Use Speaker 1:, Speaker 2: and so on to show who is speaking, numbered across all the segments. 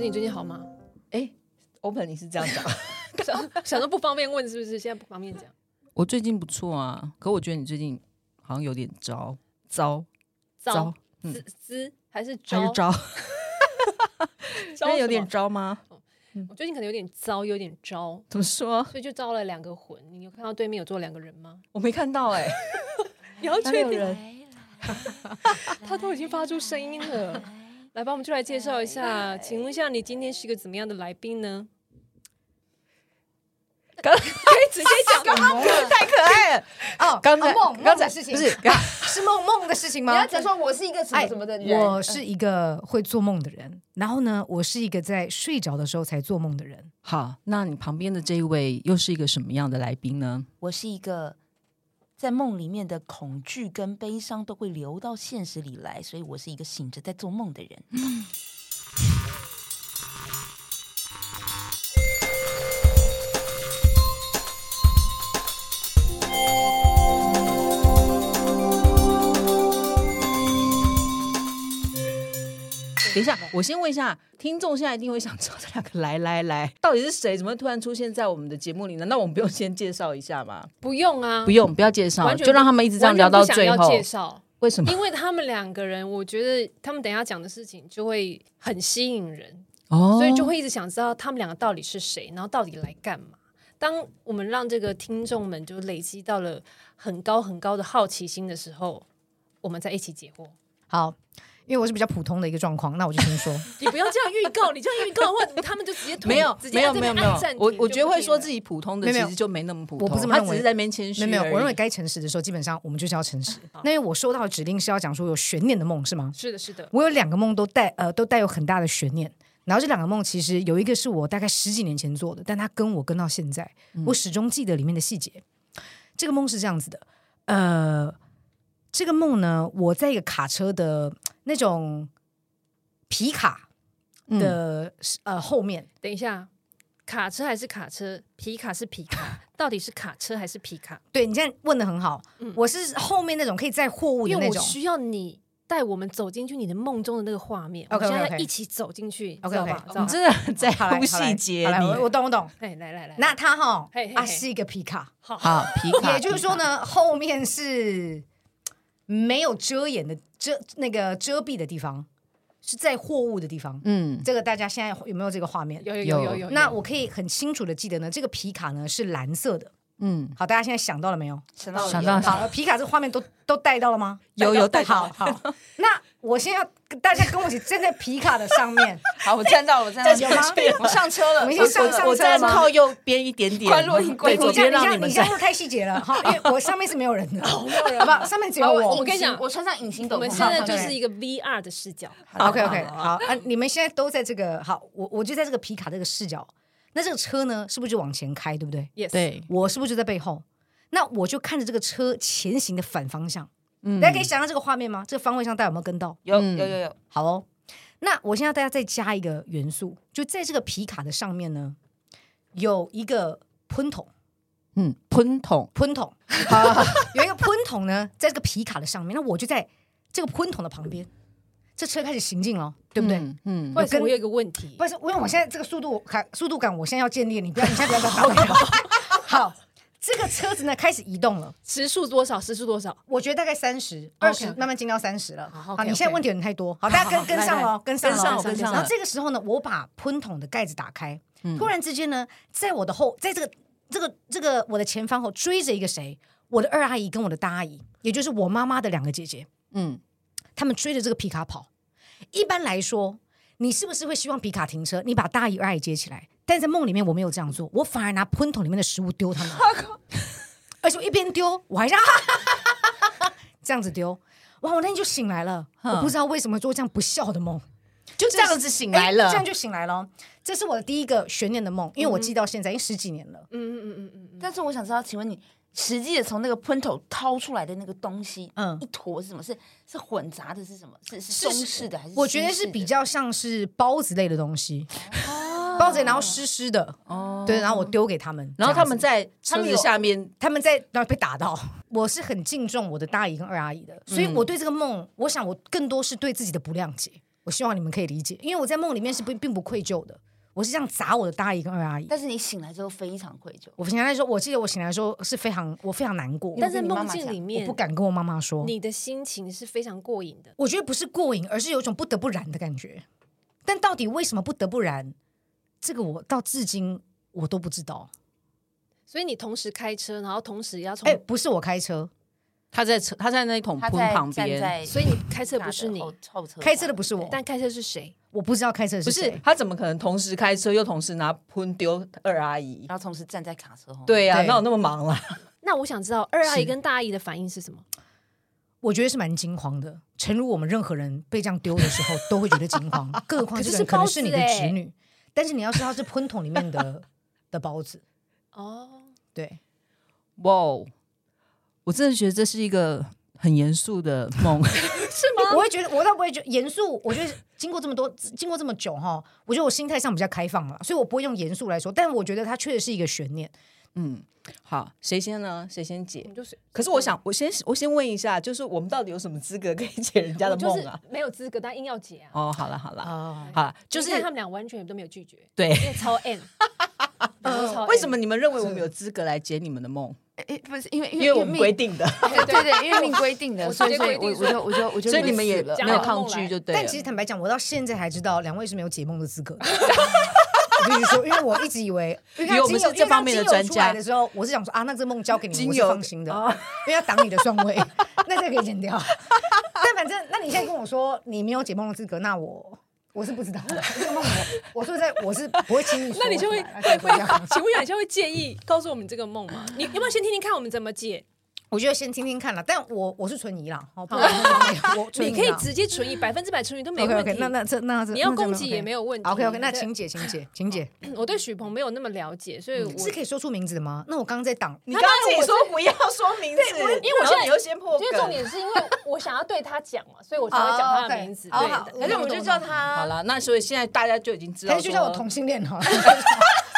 Speaker 1: 你最近好 吗？
Speaker 2: 哎，open 你是这样讲，
Speaker 1: 啊 想想说不方便问是不是？现在不方便讲。
Speaker 2: 我最近不错啊，可我觉得你最近好像有点糟糟糟，嗯
Speaker 1: 滋滋还是
Speaker 2: 还是
Speaker 1: 招？
Speaker 2: 糟，
Speaker 1: 招
Speaker 2: 因为
Speaker 1: 什
Speaker 2: 有点
Speaker 1: 么
Speaker 2: 糟吗？
Speaker 1: 我最近可能有点糟，有点招，
Speaker 2: 怎么说？
Speaker 1: 所以就招了两个魂。你有看到对面有坐两个人吗？
Speaker 2: 我没看到哎、
Speaker 1: 你要
Speaker 2: 哪
Speaker 1: 确
Speaker 2: 里
Speaker 1: 定，
Speaker 2: 有
Speaker 1: 啊
Speaker 2: 人
Speaker 1: 他都已经发出声音了。来吧，我们就来介绍一
Speaker 2: 哎
Speaker 1: 下。请问一下，你今天是一个怎么样的来宾呢？
Speaker 2: 刚
Speaker 1: 可以 直接讲，
Speaker 3: 刚刚太可爱了哦！
Speaker 2: 刚才
Speaker 3: 啊梦
Speaker 2: 刚
Speaker 3: 梦
Speaker 2: 才
Speaker 3: 的事情
Speaker 2: 不是刚
Speaker 3: 是梦梦的事情
Speaker 4: 你
Speaker 3: 吗？哎
Speaker 4: 要讲说我是一个什么什么的人，嗯
Speaker 3: 我是一个会做梦的人，然后呢，我是一个在睡着的时候才做梦的人。
Speaker 2: 好，那你旁边的这一位又是一个什么样的来宾呢？
Speaker 4: 我是一个在梦里面的恐惧跟悲伤都会流到现实里来，所以我是一个醒着在做梦的人。
Speaker 2: 等一下，我先问一下，听众现在一定会想知道这两个来来来到底是谁？怎么会突然出现在我们的节目里？难道我们不用先介绍一下吗？
Speaker 1: 不用啊，
Speaker 2: 不用，不要介绍，
Speaker 1: 完全
Speaker 2: 就让他们一直这样聊到最
Speaker 1: 完全不想
Speaker 2: 后
Speaker 1: 要。介绍，
Speaker 2: 为什么？
Speaker 1: 因为他们两个人，我觉得他们等一下讲的事情就会很吸引人，
Speaker 2: 哦
Speaker 1: 所以就会一直想知道他们两个到底是谁，然后到底来干嘛。当我们让这个听众们就累积到了很高很高的好奇心的时候，我们再一起解惑。
Speaker 3: 好，因为我是比较普通的一个状况，那我就 先说，
Speaker 1: 你不要这样预告，你这样预告的话，他们就直接退
Speaker 2: 没有
Speaker 1: 直接
Speaker 2: 没有
Speaker 1: 在那
Speaker 2: 没有
Speaker 1: 啊边
Speaker 2: 没有
Speaker 1: 按暂，停
Speaker 2: 我我
Speaker 1: 就
Speaker 2: 觉得
Speaker 1: 不
Speaker 2: 会
Speaker 1: 听
Speaker 2: 说
Speaker 1: 了
Speaker 2: 自己普通的，
Speaker 3: 没有没
Speaker 2: 其
Speaker 3: 有
Speaker 2: 实就没那么普通。
Speaker 3: 我不这么
Speaker 2: 他
Speaker 3: 认为
Speaker 2: 只是在那边谦虚
Speaker 3: 没
Speaker 2: 而已。
Speaker 3: 有没有，我认为该诚实的时候，基本上我们就是要诚实。那因为我收到的指令是要讲说有悬念的梦是吗？
Speaker 1: 是的，是的，
Speaker 3: 我有两个梦都带呃都带有很大的悬念，然后这两个梦其实有一个是我大概十几年前做的，但它跟我跟到现在，
Speaker 1: 嗯
Speaker 3: 我始终记得里面的细节。这个梦是这样子的，呃，这个梦呢，我在一个卡车的那种皮卡
Speaker 1: 嗯
Speaker 3: 的、呃后面，
Speaker 1: 等一下。卡车还是卡车，皮卡是皮卡，到底是卡车还是皮卡？
Speaker 3: 对你现在问的很好，我是后面那种可以载货物
Speaker 1: 嗯
Speaker 3: 的
Speaker 1: 因为
Speaker 3: 那
Speaker 1: 我
Speaker 3: 种。
Speaker 1: 需要你带我们走进去你的梦中的那个画面，我们
Speaker 3: OK，OK，OK
Speaker 1: 现在一起走进去，知
Speaker 3: OK，OK，
Speaker 1: 道吧？知道
Speaker 2: 你
Speaker 1: 吧
Speaker 2: 真 的在
Speaker 3: 好 来
Speaker 2: 乎
Speaker 3: 好来
Speaker 2: 细节
Speaker 3: 好来，我
Speaker 2: 你。
Speaker 3: 我懂我懂。
Speaker 1: 哎，来来来，
Speaker 3: 那它哈
Speaker 1: 嘿嘿
Speaker 3: 啊
Speaker 1: 嘿
Speaker 3: 是一个皮卡，
Speaker 1: 好，
Speaker 2: 好，皮卡，
Speaker 3: 也就是说呢，后面是没有遮掩的遮那个遮蔽的地方，是在货物的地方。
Speaker 2: 嗯，
Speaker 3: 这个大家现在有没有这个画面？
Speaker 1: 有有有有
Speaker 2: 有
Speaker 1: 有，
Speaker 3: 那我可以很清楚的记得呢，这个皮卡呢是蓝色的。
Speaker 2: 嗯，
Speaker 3: 好，大家现在想到了没有？
Speaker 4: 想到
Speaker 2: 想到
Speaker 3: 好，皮卡这个画面都 都带到了吗？
Speaker 2: 有有带
Speaker 3: 好好。那我现在要跟大家跟我一起站在皮卡的上 面，
Speaker 4: 好，我站到了，我站到
Speaker 3: 有吗
Speaker 4: 了，我上车
Speaker 3: 我
Speaker 4: 了
Speaker 3: 们，先上
Speaker 2: 我
Speaker 3: 上
Speaker 2: 我
Speaker 3: 车
Speaker 2: 站
Speaker 3: 吗？
Speaker 2: 靠右边一点点，
Speaker 4: 关录音关
Speaker 2: 对
Speaker 4: 录音
Speaker 2: 左
Speaker 3: 你这
Speaker 2: 边
Speaker 3: 样
Speaker 2: 让
Speaker 3: 你
Speaker 2: 你们哦
Speaker 3: 这样你这
Speaker 2: 站
Speaker 3: 样。又太细节了哈，因为我上面是没有 人的，好不好？上面只有
Speaker 4: 好
Speaker 3: 我。
Speaker 1: 我跟你讲
Speaker 4: 我穿上隐形
Speaker 1: 我
Speaker 4: 斗
Speaker 1: 们
Speaker 4: 篷，
Speaker 1: 现在就
Speaker 3: 好
Speaker 1: 是一个 VR 的视角，
Speaker 4: 好
Speaker 3: OK
Speaker 4: 好
Speaker 3: OK，
Speaker 4: 好
Speaker 3: 好啊，你们现在都在这个好，我我就在这个皮卡这个视角，那这个车呢，是不是就往前开，对不对？
Speaker 1: ，yes，，
Speaker 2: 对，
Speaker 3: 我是不是就在背后？那我就看着这个车前行的反方向，
Speaker 4: 嗯
Speaker 3: 大家可以想象这个画面吗？这个方位上大家有没有跟到？
Speaker 4: 有
Speaker 2: 嗯
Speaker 4: 有有有，
Speaker 3: 好哦，那我现在大家再加一个元素，就在这个皮卡的上面呢，有一个喷筒，
Speaker 2: 嗯，喷筒，
Speaker 3: 喷筒，有一个喷筒呢，在这个皮卡的上面，那我就在这个喷筒的旁边，这车开始行进了，对不对？
Speaker 2: 嗯嗯，
Speaker 1: 或者我有一个问题，
Speaker 3: 不是，因为我现在这个速度感速度感，我现在要建立，你不要，你现在不要再打我。 好，这个车子呢开始移动了，
Speaker 1: 时速多少？时速多少？
Speaker 3: 我觉得大概三十、二
Speaker 1: OK，OK
Speaker 3: 十，慢慢进到三十了。
Speaker 1: 好，OK，
Speaker 3: 你现在
Speaker 1: OK
Speaker 3: 问题有点太多，好，大家
Speaker 1: 好
Speaker 3: 跟
Speaker 1: 好
Speaker 3: 跟
Speaker 1: 来
Speaker 3: 上
Speaker 1: 来
Speaker 3: 了，跟上
Speaker 2: 跟上
Speaker 3: 了，
Speaker 2: 跟上
Speaker 3: 然后这个时候呢，我把喷筒的盖子打开，
Speaker 1: 嗯
Speaker 3: 突然之间呢，在我的后，在这个这个这个我的前方后追着一个谁，我的二阿姨跟我的大阿姨，也就是我妈妈的两个姐姐，
Speaker 2: 嗯，
Speaker 3: 他们追着这个皮卡跑。一般来说，你是不是会希望皮卡停车？你把大姨、二阿姨接起来，但在梦里面我没有这样做，我反而拿喷筒里面的食物丢他们， 而且我一边丢，我还是 这样子丢。哇！我那天就醒来了，我不知道为什么做这样不孝的梦，
Speaker 2: 就这样子醒来
Speaker 3: 哎
Speaker 2: 了嗯
Speaker 3: 这，样就醒来了。这是我的第一个悬念的梦，因为我记到现在，已经十几年了。
Speaker 1: 嗯嗯嗯嗯嗯，
Speaker 4: 但是我想知道，请问你实际的从那个喷头掏出来的那个东西，
Speaker 3: 嗯
Speaker 4: 嗯，一坨是什么？是是混杂的是什么？是是中式的还是西式的？
Speaker 3: 我觉得是比较像是包子类的东西，包子，然后湿湿的，
Speaker 2: 哦
Speaker 3: 对，然后我丢给他们，
Speaker 2: 然后他
Speaker 3: 这样子
Speaker 2: 们在车
Speaker 4: 们
Speaker 2: 子
Speaker 4: 有
Speaker 2: 下面，
Speaker 3: 他们在那被打到。我是
Speaker 1: 嗯
Speaker 3: 很敬重我的大姨跟二阿姨的，所以我对这个梦，我想我更多是对自己的不谅解。我希望你们可以理解，因为我在梦里面是不并不愧疚的，我是这样砸我的大姨跟二阿姨。
Speaker 5: 但是你醒来之后非常愧疚，
Speaker 3: 我醒来的时候，我记得我醒来的时候是非常我非常难过，
Speaker 1: 但是
Speaker 5: 你妈妈
Speaker 1: 梦境
Speaker 5: 讲
Speaker 1: 里
Speaker 3: 我
Speaker 1: 面
Speaker 3: 不，敢跟哦我妈妈说。
Speaker 1: 你的心情是非常过瘾的。
Speaker 3: 我觉得不是过瘾，而是有一种不得不然的感觉。但到底为什么不得不然，这个我到至今我都不知道。
Speaker 1: 所以你同时开车，然后同时要从，
Speaker 3: 哎，不是我开车，
Speaker 2: 他在车，他在那一桶
Speaker 5: 他
Speaker 2: 盆
Speaker 5: 在
Speaker 2: 旁
Speaker 5: 站
Speaker 2: 边，
Speaker 5: 在
Speaker 1: 所以你开车不是你，
Speaker 5: 后后车
Speaker 3: 开车的不是我，
Speaker 1: 但开车是谁？
Speaker 3: 我不知道开车的
Speaker 2: 不
Speaker 3: 是
Speaker 2: 是
Speaker 3: 谁。
Speaker 2: 他怎么可能同时开车又同时拿喷丢二阿姨？
Speaker 5: 然后同时站在卡车后，，
Speaker 2: 对呀、啊，
Speaker 3: 哦对
Speaker 2: 哪有那么忙啦？
Speaker 1: 那我想知道二阿姨
Speaker 3: 是
Speaker 1: 跟大阿姨的反应是什么？
Speaker 3: 我觉得是蛮惊慌的。诚如我们任何人被这样丢的时候，都会觉得 惊慌，更何况
Speaker 1: 可
Speaker 3: 这
Speaker 1: 是是
Speaker 3: 个人可能
Speaker 1: 包
Speaker 3: 是你
Speaker 1: 子
Speaker 3: 的
Speaker 1: 欸
Speaker 3: 侄女。但是你要知道，是喷桶里 面的的包子，
Speaker 1: 哦，
Speaker 3: 对，
Speaker 2: 哇哦，我真的觉得这是一个很严肃的梦。
Speaker 3: 我会觉得，我倒不会觉得严肃。我觉得经过这么多，经过这么久哈，我觉得我心态上比较开放了，所以我不会用严肃来说。但我觉得它确实是一个悬念。
Speaker 2: 嗯， 好，谁先呢？谁先解？
Speaker 1: 就是
Speaker 2: 可是我想，我先我先问一下，就是我们到底有什么资格可以解人家的
Speaker 1: 我就
Speaker 2: 梦
Speaker 1: 是
Speaker 2: 啊？
Speaker 1: 没有资格，但硬要解啊。
Speaker 2: 哦，好了好了，
Speaker 3: 啊、
Speaker 2: 好了，就是
Speaker 1: 你看他们俩完全都没有拒绝，
Speaker 2: 对
Speaker 1: 因为超 M。呃超 M
Speaker 2: 为什么？你们认为我们有资格来解你们的梦？
Speaker 5: 诶不是因为
Speaker 2: 因为我们
Speaker 5: 命
Speaker 2: 规定的，
Speaker 5: 对对对，因为命规定的，
Speaker 1: 我
Speaker 5: 所以
Speaker 1: 直接
Speaker 5: 所以
Speaker 1: 规定
Speaker 5: 我我就我就我就
Speaker 2: 所以你们也
Speaker 5: 没
Speaker 1: 讲
Speaker 2: 没有
Speaker 1: 到
Speaker 2: 抗
Speaker 1: 梦
Speaker 2: 拒
Speaker 1: 来
Speaker 2: 就对了。
Speaker 3: 但其实坦白讲，我到现在才知道，两位是没有解梦的资格 的。我跟你说，因为我一直以为，因
Speaker 2: 以为我们
Speaker 3: 精油
Speaker 2: 是这方面的
Speaker 3: 因为他精油
Speaker 2: 专家
Speaker 3: 出来的时候，我是想说啊，那这个梦交给你，
Speaker 2: 精
Speaker 3: 我是
Speaker 2: 油
Speaker 3: 放心的，
Speaker 1: 哦
Speaker 3: 因为要挡你的顺位，那这个可以剪掉。 但反正，那你现在跟我说你没有解梦的资格，那我我是不知道的。这个梦我我说实在我是不会轻易说出来，
Speaker 1: 那你就会
Speaker 3: 而且
Speaker 1: 会
Speaker 3: 我这样
Speaker 1: 会，请问一下，你就会介意告诉我们这个梦吗？你要不要先听听看我们怎么解？
Speaker 3: 我觉得先听听看啦，但我我是存疑啦，哦，不然我我存
Speaker 1: 你
Speaker 3: 疑
Speaker 1: 可以
Speaker 3: 啦
Speaker 1: 直接存疑，百分之百存疑都没
Speaker 3: OK
Speaker 1: 问
Speaker 3: OK，
Speaker 1: 题。
Speaker 3: 那那这那这
Speaker 1: 你要
Speaker 3: 那这
Speaker 1: 攻击
Speaker 3: OK
Speaker 1: 也没有问题。
Speaker 3: OK OK，那
Speaker 1: 对
Speaker 3: 请姐，请 姐，请姐，
Speaker 1: 我对许鹏没有那么了解，所以我
Speaker 3: 是可以说出名字的吗？那我刚刚在挡，
Speaker 2: 你刚刚自己说不要说名字，因
Speaker 1: 为我现在
Speaker 2: 又先破
Speaker 1: 因为重点是因为我想要对他讲嘛，所以我才会讲他的名字。
Speaker 3: 哦
Speaker 1: 对
Speaker 3: 好
Speaker 1: 的
Speaker 5: 而且我们就叫他
Speaker 2: 好了，那所以现在大家就已经知道
Speaker 3: 可
Speaker 2: 说，
Speaker 3: 是就像我同性恋哈，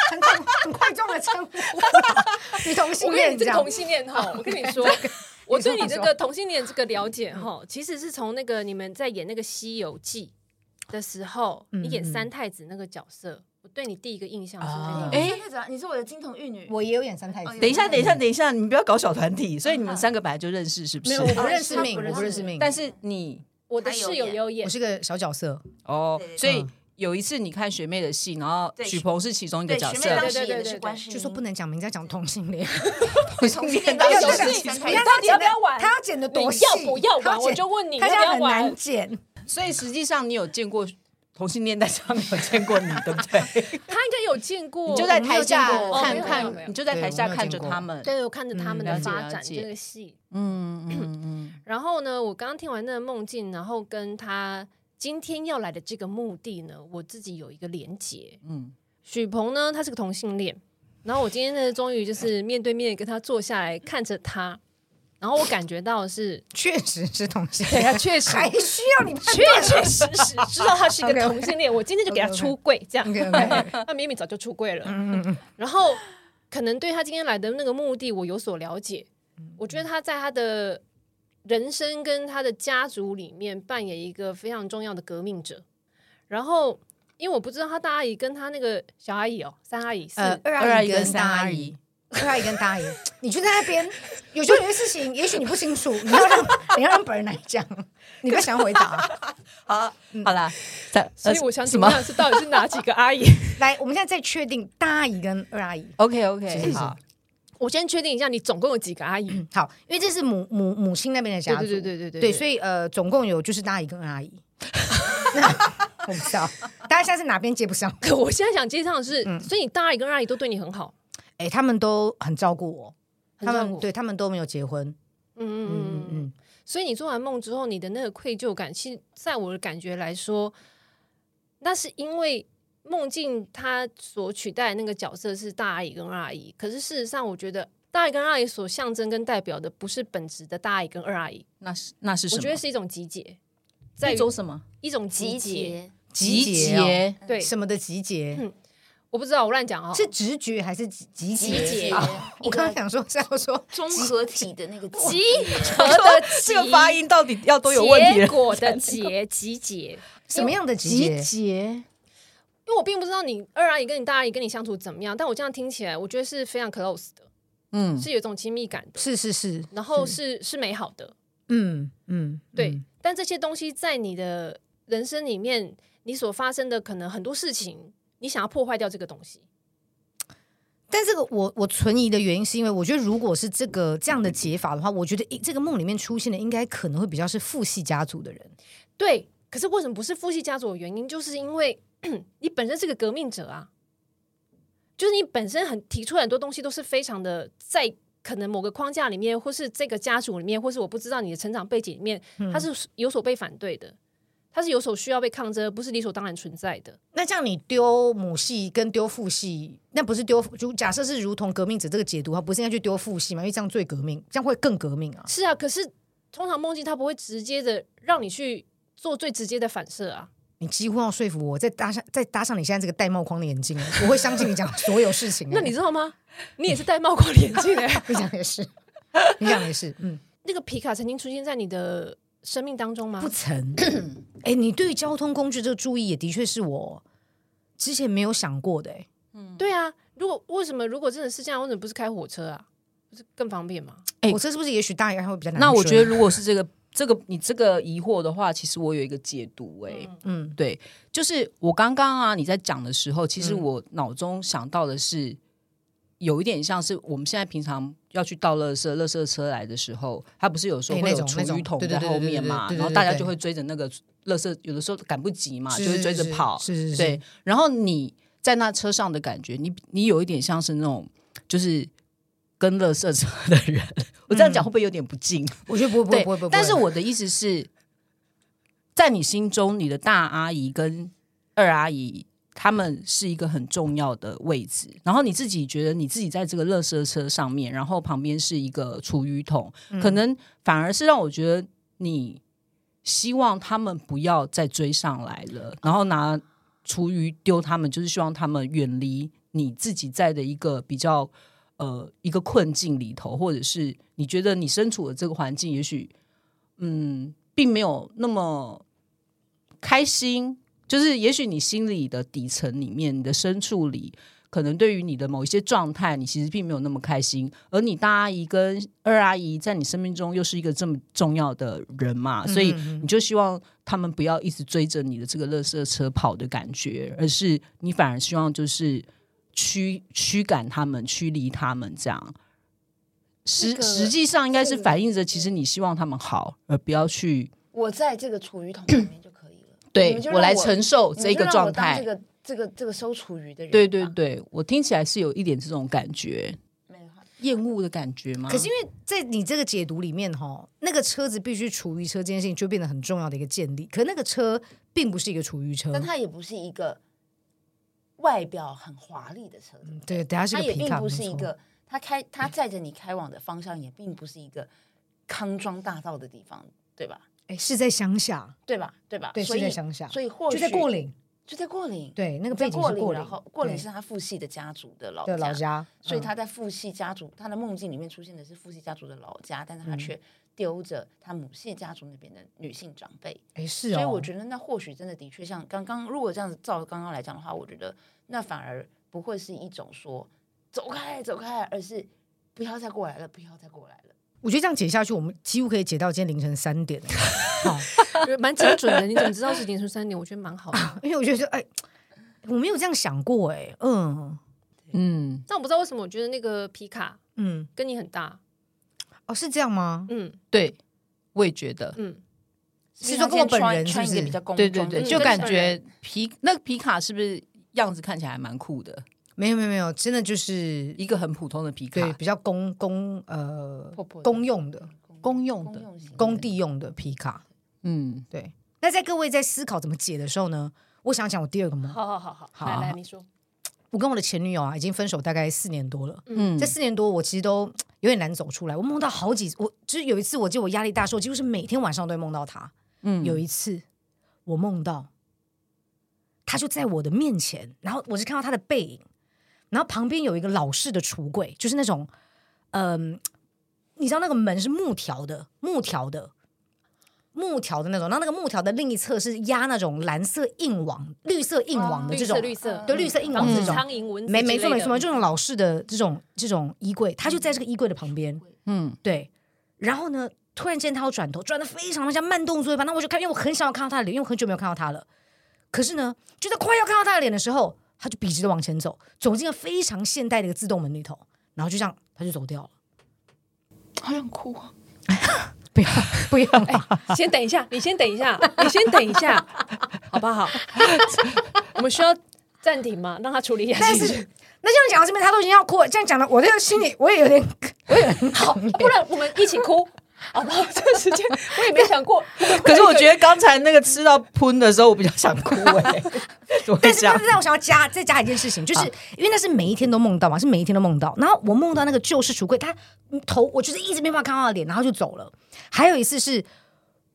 Speaker 3: 很重很快中了称呼，你同性
Speaker 1: 我跟
Speaker 3: 恋
Speaker 1: 你这
Speaker 3: 这
Speaker 1: 个
Speaker 3: 样，
Speaker 1: 同性恋哈，我跟你说，我对你这个同性恋这个了解哈，其实是从那个你们在演那个《西游记》的时候，
Speaker 3: 嗯
Speaker 1: 你演
Speaker 3: 嗯
Speaker 1: 三太子那个角色，我对你第一个印象是
Speaker 3: 啊
Speaker 1: 那个。
Speaker 5: 哎，你是怎样你是我的金童玉女，
Speaker 3: 我也有演三太
Speaker 1: 哦
Speaker 3: 子，
Speaker 2: 等一下，等一下，等一下，你们不要搞小团体。所以你们三个本来就认识，是不
Speaker 3: 没
Speaker 2: 是
Speaker 3: 有，？我不
Speaker 5: 哦
Speaker 3: 认识
Speaker 5: 他
Speaker 3: 命，
Speaker 5: 不
Speaker 3: 我
Speaker 5: 认
Speaker 3: 啊不
Speaker 5: 识
Speaker 3: 认 识命，
Speaker 2: 但是你
Speaker 1: 我的室友也有
Speaker 3: 我
Speaker 1: 演，
Speaker 3: 是个小角色，
Speaker 2: 哦
Speaker 5: 对对，对
Speaker 2: 所以
Speaker 3: 嗯
Speaker 2: 有一次你看学妹的戏，然后
Speaker 5: 对
Speaker 2: 许鹏是其中一个
Speaker 5: 对，
Speaker 2: 角
Speaker 5: 学
Speaker 2: 色
Speaker 5: 妹，当
Speaker 1: 对
Speaker 5: 时
Speaker 1: 对对
Speaker 5: 演的
Speaker 1: 对
Speaker 5: 是
Speaker 1: 对
Speaker 5: 关世音，
Speaker 3: 就说不能讲名字，要讲同性恋，
Speaker 5: 同性恋
Speaker 3: 要
Speaker 5: 当
Speaker 3: 要
Speaker 5: 时
Speaker 3: 要
Speaker 5: 是
Speaker 1: 哎
Speaker 5: 三太
Speaker 3: 要要
Speaker 1: 你
Speaker 5: 子
Speaker 1: 嗯到底要不要玩？
Speaker 3: 他要剪的
Speaker 1: 你
Speaker 3: 多细，
Speaker 1: 要不要
Speaker 3: 他
Speaker 1: 玩？我
Speaker 3: 剪
Speaker 1: 就问你
Speaker 3: 他
Speaker 1: 要
Speaker 3: 现
Speaker 1: 不
Speaker 3: 在
Speaker 1: 要
Speaker 3: 很难
Speaker 1: 玩？
Speaker 3: 剪，
Speaker 2: 所以实际上你有见过同性恋，但是他没有见过你，对不对？
Speaker 1: 他应该有见过，
Speaker 2: 你就在台下
Speaker 3: 我没有见过
Speaker 1: 哦没
Speaker 2: 看
Speaker 1: 有没有没有
Speaker 2: 看，你就在台下
Speaker 3: 对我没有
Speaker 2: 看着
Speaker 3: 见过。
Speaker 2: 他们。
Speaker 1: 对我看着他们的
Speaker 2: 嗯
Speaker 1: 发
Speaker 2: 了解
Speaker 1: 展
Speaker 2: 了解
Speaker 1: 这个戏，
Speaker 2: 嗯嗯嗯，
Speaker 1: 然后呢，我刚刚听完那个梦境，然后跟他今天要来的这个目的呢，我自己有一个连结。
Speaker 2: 嗯
Speaker 1: 嗯，许鹏呢，他是个同性恋，然后我今天呢，终于就是面对面跟他坐下来，看着他，然后我感觉到的是
Speaker 3: 确实是同性
Speaker 1: 对啊，
Speaker 3: 恋，
Speaker 1: 确实，
Speaker 3: 还需要你判
Speaker 1: 确确实实知道他是一个
Speaker 3: OK，OK
Speaker 1: 同性恋，我今天就给他
Speaker 3: OK，OK
Speaker 1: 出柜，这样。
Speaker 3: OK，OK
Speaker 1: 他明明早就出柜了， 然后可能对他今天来的那个目的，我有所了解。我觉得他在他的人生跟他的家族里面扮演一个非常重要的革命者。然后，因为我不知道他大阿姨跟他那个小阿姨哦，三阿姨是、
Speaker 3: 呃，二
Speaker 2: 二阿
Speaker 3: 阿
Speaker 2: 姨
Speaker 3: 姨
Speaker 2: 跟
Speaker 3: 跟
Speaker 2: 三
Speaker 3: 三
Speaker 2: 阿
Speaker 3: 阿
Speaker 2: 姨
Speaker 3: 姨，二阿姨跟大阿姨，你就在 那边，有时候有些事情，也许你不清楚，你要让你要让本人来讲，你不要想 回答。啊
Speaker 2: 好，好啦，三
Speaker 1: 所以我想
Speaker 2: 什
Speaker 1: 请
Speaker 2: 么
Speaker 1: 问是到底是哪几个阿 姨？
Speaker 3: 来，我们现在再确定大阿姨跟二阿姨，
Speaker 2: ？OK
Speaker 3: 是
Speaker 2: OK，
Speaker 3: 是
Speaker 2: 好，
Speaker 1: 我先确定一下，你总共有几个阿姨？
Speaker 3: 好，因为这是母母母亲那边的
Speaker 1: 对
Speaker 3: 家族，
Speaker 1: 嗯对对对对对
Speaker 3: 对所以呃，总共有就是大阿姨跟二阿姨。那 我不知道，大家现在是哪边接不上？
Speaker 1: 以 我现在想接上的是，所以你大阿姨跟二阿姨都对你很好，
Speaker 3: 哎、他们都很照顾我，
Speaker 1: 很
Speaker 3: 他
Speaker 1: 照
Speaker 3: 们
Speaker 1: 顾
Speaker 3: 对他们都没有结婚，
Speaker 1: 嗯嗯嗯
Speaker 3: 嗯
Speaker 1: 嗯
Speaker 3: 嗯
Speaker 1: 嗯
Speaker 3: 嗯。，
Speaker 1: 所以你做完梦之后，你的那个愧疚感，其实在我的感觉来说，那是因为梦境它所取代的那个角色是大阿姨跟二阿姨。可是事实上，我觉得大阿姨跟二阿姨所象征跟代表的不是本质的大阿姨跟二阿姨，
Speaker 2: 那是那是什
Speaker 1: 我
Speaker 2: 么？
Speaker 1: 觉得是一种集结，在
Speaker 2: 在
Speaker 1: 于
Speaker 2: 走什么？
Speaker 1: 一种集
Speaker 5: 集
Speaker 1: 结。
Speaker 5: 结，
Speaker 3: 集结哦、
Speaker 1: 对，
Speaker 3: 什么的集结，
Speaker 1: 嗯我不知道，我乱讲啊。
Speaker 3: 是直觉还是集集
Speaker 1: 集结
Speaker 3: 结？啊 我刚刚想说是要说
Speaker 5: 综合体的那个
Speaker 1: 集合的集，
Speaker 2: 这个发音到底要多有问题
Speaker 1: 结
Speaker 2: 了？
Speaker 1: 果 的结，集结。
Speaker 3: 什么样的集
Speaker 5: 集
Speaker 3: 结？
Speaker 5: 结，
Speaker 1: 因为我并不知道你二阿姨跟你大阿姨跟你相处怎么样，但我这样听起来，我觉得是非常 close 的，
Speaker 2: 嗯，
Speaker 1: 是有一种亲密感的，
Speaker 3: 是是是，
Speaker 1: 然后是是美好的，
Speaker 3: 嗯嗯，
Speaker 1: 对。
Speaker 3: 嗯
Speaker 1: 但这些东西在你的人生里面，你所发生的可能很多事情，你想要破坏掉这个东西，
Speaker 3: 但这个我我存疑的原因是因为我觉得如果是这个这样的解法的话，我觉得一这个梦里面出现的应该可能会比较是父系家族的人，
Speaker 1: 对。可是为什么不是父系家族的原因，就是因为 你本身是个革命者啊，就是你本身很提出很多东西都是非常的在。可能某个框架里面，或是这个家族里面，或是我不知道你的成长背景里面，
Speaker 3: 嗯
Speaker 1: 它是有所被反对的，它是有所需要被抗争，而不是理所当然存在的。
Speaker 3: 那这样你丢母系跟丢父系，那不是丢就假设是如同革命者这个解读，他不是应该去丢父系吗？因为这样最革命，这样会更革命啊。
Speaker 1: 是啊，可是通常梦境它不会直接的让你去做最直接的反射啊。
Speaker 3: 你几乎要说服我，再搭上 再搭上你现在这个戴帽框的眼镜，我会相信你讲所有事情、啊
Speaker 1: 那你知道吗？你也是戴帽框眼镜的、
Speaker 3: 你讲也是，你讲也是，嗯，
Speaker 1: 那个皮卡曾经出现在你的生命当中吗
Speaker 3: 不？
Speaker 5: 啊
Speaker 3: 曾。 哎、你对于交通工具这个注意也的确是我之前没有想过的、哎。
Speaker 1: 对啊，如果为什么如果真的是这样，为什么不是开火车啊？不是更方便吗？
Speaker 2: 哎
Speaker 3: 我这是不是也许大家会比较难追？啊
Speaker 2: 那我觉得如果是这个这个你这个疑惑的话，其实我有一个解读、哎、
Speaker 3: 嗯，
Speaker 2: 对，就是我刚刚啊你在讲的时候，其实
Speaker 3: 嗯
Speaker 2: 我脑中想到的是，有一点像是我们现在平常要去倒垃圾，垃圾车来的时候，它不是有时候
Speaker 3: 哎
Speaker 2: 会
Speaker 3: 那
Speaker 2: 有
Speaker 3: 种
Speaker 2: 厨
Speaker 3: 那种
Speaker 2: 余桶
Speaker 3: 对对
Speaker 2: 在
Speaker 3: 对
Speaker 2: 后
Speaker 3: 对对
Speaker 2: 面
Speaker 3: 对
Speaker 2: 嘛，
Speaker 3: 对对
Speaker 2: 然后
Speaker 3: 对
Speaker 2: 大家
Speaker 3: 对
Speaker 2: 就会追着那个垃圾，有的时候赶不及
Speaker 5: 啊
Speaker 2: 嘛，
Speaker 3: 是
Speaker 2: 就会追着
Speaker 3: 是
Speaker 2: 跑，
Speaker 3: 是是是，
Speaker 2: 对，然后你在那车上的感觉，你你有一点像是那种就是跟垃圾车的人。 我这样
Speaker 3: 嗯
Speaker 2: 讲会不会有点不敬？
Speaker 3: 我觉得不会不会
Speaker 2: 对
Speaker 3: 不会不会，
Speaker 2: 但是我的意思是，在你心中，你的大阿姨跟二阿姨。他们是一个很重要的位置，然后你自己觉得你自己在这个垃圾车上面，然后旁边是一个厨余桶，
Speaker 3: 嗯
Speaker 2: 可能反而是让我觉得你希望他们不要再追上来了，然后拿厨余丢他们，就是希望他们远离你自己在的一个比较呃一个困境里头，或者是你觉得你身处的这个环境，也许嗯，并没有那么开心。就是也许你心里的底层里面，你的深处里，可能对于你的某一些状态，你其实并没有那么开心。而你大阿姨跟二阿姨在你生命中又是一个这么重要的人嘛，所以你就希望他们不要一直追着你的这个垃圾车跑的感觉，而是你反而希望就是驱驱赶他们，驱离他们这样。实、
Speaker 5: 这个
Speaker 2: 实际上应该是
Speaker 5: 这个
Speaker 2: 反映着，其实你希望他们好，而不要去
Speaker 5: 我在这个厨余桶里面就可以了。你们就让
Speaker 2: 我来承受这个状态
Speaker 5: 你。们就让我当这个这个啊这个收厨余的人吧，
Speaker 2: 对对对，我听起来是有一点这种感觉，
Speaker 5: 没有，
Speaker 2: 厌恶的感觉吗？
Speaker 3: 可是因为在你这个解读里面哈，那个车子必须厨余车这件事情就变得很重要的一个建立，可那个车并不是一个厨余车，
Speaker 2: 嗯
Speaker 5: 但它也不是一个外表很华丽的车子，
Speaker 2: 嗯
Speaker 3: 对，等下是
Speaker 5: 它
Speaker 3: 个
Speaker 5: 也
Speaker 3: 皮
Speaker 5: 并
Speaker 3: 卡，
Speaker 5: 不是
Speaker 3: 没
Speaker 5: 一
Speaker 3: 错
Speaker 5: 个，它开它载着你开往的方向也并不是一个康庄大道的地方，对吧？
Speaker 3: 哎是在乡下，
Speaker 5: 对吧？对吧？
Speaker 3: 对，
Speaker 5: 所
Speaker 3: 是
Speaker 5: 以
Speaker 3: 在乡下，
Speaker 5: 所
Speaker 3: 以
Speaker 5: 以或许
Speaker 3: 就在过，岭，
Speaker 5: 就在过岭，
Speaker 3: 对，那个
Speaker 5: 在
Speaker 3: 背景是
Speaker 5: 岭，
Speaker 3: 过
Speaker 5: 然
Speaker 3: 岭
Speaker 5: 后，过岭
Speaker 3: 对
Speaker 5: 是他父系的家族的老
Speaker 3: 对老家，
Speaker 5: 所以
Speaker 3: 嗯
Speaker 5: 他在父系家族，他的梦境里面出现的是父系家族的老家，但是
Speaker 3: 嗯
Speaker 5: 他却丢着他母系家族那边的女性长辈，
Speaker 3: 哎是哦，
Speaker 5: 所以我觉得那或许真的的确像刚刚，如果这样子照刚刚来讲的话，我觉得那反而不会是一种说走开走开，而是不要再过来了，不要再过来了。
Speaker 3: 我觉得这样解下去，我们几乎可以解到今天凌晨三点。欸好，
Speaker 1: 蛮精准的，你怎么知道是凌晨三点？我觉得蛮好 的。
Speaker 3: 因为我觉得哎，我没有这样想过哎，嗯
Speaker 2: 嗯，
Speaker 1: 但我不知道为什么，我觉得那个皮卡
Speaker 3: 嗯，
Speaker 1: 跟你很搭。
Speaker 3: 哦是这样吗？
Speaker 1: 嗯
Speaker 2: 对，我也觉得，
Speaker 1: 嗯，
Speaker 3: 是说跟我本人是
Speaker 5: 穿穿
Speaker 3: 不
Speaker 5: 一
Speaker 3: 是
Speaker 5: 个比较工
Speaker 2: 对
Speaker 5: 装
Speaker 2: 对
Speaker 5: 的
Speaker 2: 对，
Speaker 5: 衣服，
Speaker 1: 嗯
Speaker 2: 就
Speaker 1: 跟
Speaker 2: 感
Speaker 1: 本
Speaker 2: 觉皮那个皮卡是不是样子看起来还蛮酷的？
Speaker 3: 没有没有没有，真的就是
Speaker 2: 一个很普通的皮
Speaker 3: 对
Speaker 2: 卡，
Speaker 3: 比较公公呃
Speaker 5: 破破的
Speaker 3: 公用的
Speaker 2: 公用
Speaker 5: 公
Speaker 2: 的，
Speaker 5: 用型的
Speaker 3: 工地用的皮卡。
Speaker 2: 嗯，
Speaker 3: 对，那在各位在思考怎么解的时候呢，我想讲我第二个梦。
Speaker 1: 好好好好，
Speaker 2: 好
Speaker 1: 来来，
Speaker 2: 好
Speaker 1: 你说，
Speaker 3: 我跟我的前女友啊，已经分手大概四年多了。
Speaker 2: 嗯
Speaker 3: 这四年多，我其实都有点难走出来。我梦到好几，我就是有一次，我记得我压力大的时候，
Speaker 1: 嗯
Speaker 3: 我几乎是每天晚上都会梦到她。
Speaker 2: 嗯
Speaker 3: 有一次，我梦到他就在我的面前，然后我就看到他的背影，然后旁边有一个老式的橱柜，就是那种，嗯、你知道那个门是木条的，木条的。木条的那种，然后那个木条的另一侧是压那种蓝色硬网、绿色硬网的
Speaker 1: 绿
Speaker 3: 这种，
Speaker 1: 色哦绿
Speaker 5: 嗯
Speaker 1: 色，
Speaker 3: 对绿色硬
Speaker 1: 防
Speaker 3: 网
Speaker 1: 止
Speaker 3: 这种，
Speaker 1: 苍蝇蚊子
Speaker 3: 嗯没
Speaker 1: 之
Speaker 3: 没错
Speaker 1: 类
Speaker 3: 没
Speaker 1: 的
Speaker 3: 错，没错这种老式的这种这种衣柜，他就在这个衣柜的旁边，
Speaker 2: 嗯，
Speaker 3: 对。然后呢，突然间他要转头，转的非常的像慢动作一般。那我就看，因为我很想要看到他的脸，因为我很久没有看到他了。可是呢，就在快要看到他的脸的时候，他就笔直的往前走，走进了非常现代的一个自动门里头，然后就这样他就走掉了。
Speaker 5: 好想哭啊！
Speaker 3: 不要不要，哎，
Speaker 1: 先等一下，你先等一下，你先等一下，好不好？我们需要暂停嘛，让他处理一下
Speaker 3: 但
Speaker 1: 情
Speaker 3: 是
Speaker 1: 绪。
Speaker 3: 那这样讲到这边，他都已经要哭了。这样讲的，我这个心里我也有点，我也有点好，
Speaker 1: 不然我们一起哭。好不好？这个时间我也没想过，
Speaker 2: 可是我觉得刚才那个吃到喷的时候，我比较想哭 哎、怎么会
Speaker 3: 但是
Speaker 2: 这
Speaker 3: 但
Speaker 2: 样啊
Speaker 3: 是？让我想要加再加一件事情，就是因为那是每一天都梦到嘛，是每一天都梦到。然后我梦到那个旧式橱柜，他头我就是一直没办法看到他的脸，然后就走了。还有一次是。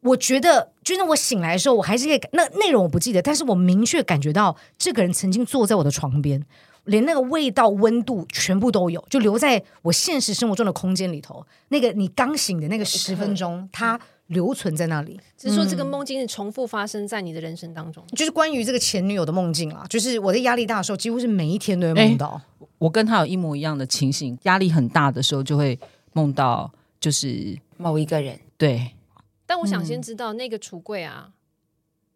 Speaker 3: 我觉得，就是我醒来的时候，我还是可以感那内容我不记得，但是我明确感觉到这个人曾经坐在我的床边，连那个味道、温度全部都有，就留在我现实生活中的空间里头。那个你刚醒的那个十分钟，
Speaker 2: 嗯
Speaker 3: 它留存在那里。
Speaker 1: 只是说这个梦境是重复发生在你的人生当中。
Speaker 3: 就是关于这个前女友的梦境啦，就是我在压力大的时候，几乎是每一天都会梦到。
Speaker 2: 我跟他有一模一样的情形，压力很大的时候就会梦到，就是
Speaker 5: 某一个人，
Speaker 2: 对，
Speaker 1: 但我想先知道那个橱柜啊，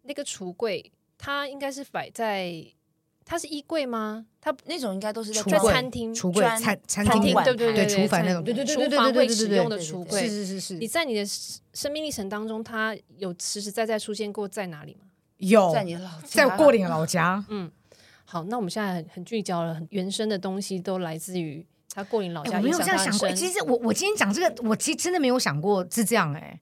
Speaker 1: 那个橱柜它应该是摆在，它是衣柜吗？它
Speaker 5: 那种应该都是在
Speaker 1: 在
Speaker 3: 橱
Speaker 5: 装
Speaker 3: 柜
Speaker 1: 餐厅，
Speaker 3: 橱柜、
Speaker 5: 专
Speaker 3: 餐餐
Speaker 1: 餐
Speaker 3: 厅
Speaker 1: 厅
Speaker 5: 晚
Speaker 1: 对不对
Speaker 5: 对
Speaker 1: 对，
Speaker 3: 厨房那种
Speaker 1: 对对对
Speaker 3: 厨
Speaker 1: 对
Speaker 3: 房
Speaker 1: 对
Speaker 3: 会
Speaker 1: 对
Speaker 3: 使
Speaker 1: 对
Speaker 3: 用
Speaker 5: 的
Speaker 1: 橱
Speaker 5: 橱
Speaker 1: 柜。
Speaker 3: 是是是
Speaker 1: 你
Speaker 3: 是，
Speaker 1: 在你的生命历程当中，它有实实在在出现过在哪里吗？
Speaker 3: 有
Speaker 5: 在你的老家，
Speaker 3: 哦在我过年的老家，
Speaker 1: 好，那我们现在很很聚焦了，很原生的东西都来自于他过年老
Speaker 3: 哎
Speaker 1: 家，
Speaker 3: 我没
Speaker 1: 影
Speaker 3: 有
Speaker 1: 响
Speaker 3: 这
Speaker 1: 他
Speaker 3: 样
Speaker 1: 很
Speaker 3: 想过。哎其
Speaker 1: 深。
Speaker 3: 实我我今天讲这个，我其实真的没有想过是这样哎、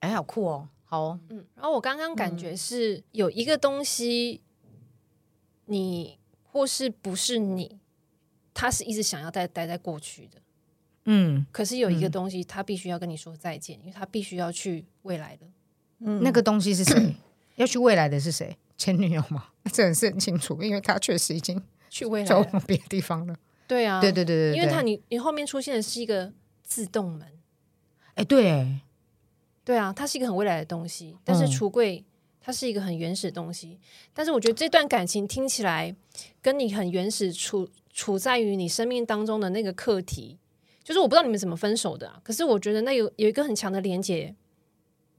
Speaker 3: 哎，好酷哦，好哦
Speaker 1: 嗯，然后我刚刚感觉是有一个东西，你或是不是你，他是一直想要待待在过去的。
Speaker 3: 嗯，
Speaker 1: 可是有一个东西，他必须要跟你说再见，因为他必须要去未来了。
Speaker 5: 嗯
Speaker 3: 那个东西是谁？要去未来的是谁？前女友吗？ 这很是很清楚，因为她确实已经
Speaker 1: 去未来
Speaker 3: 走
Speaker 1: 了，
Speaker 3: 别的地方了。
Speaker 1: 对啊，
Speaker 3: 对对对对对，
Speaker 1: 因为他
Speaker 3: 对
Speaker 1: 你你后面出现的是一个自动门，
Speaker 3: 哎对，
Speaker 1: 对啊，它是一个很未来的东西，但是
Speaker 3: 嗯
Speaker 1: 橱柜它是一个很原始的东西，但是我觉得这段感情听起来跟你很原始处处在于你生命当中的那个课题，就是我不知道你们怎么分手的、啊，可是我觉得那有有一个很强的连接，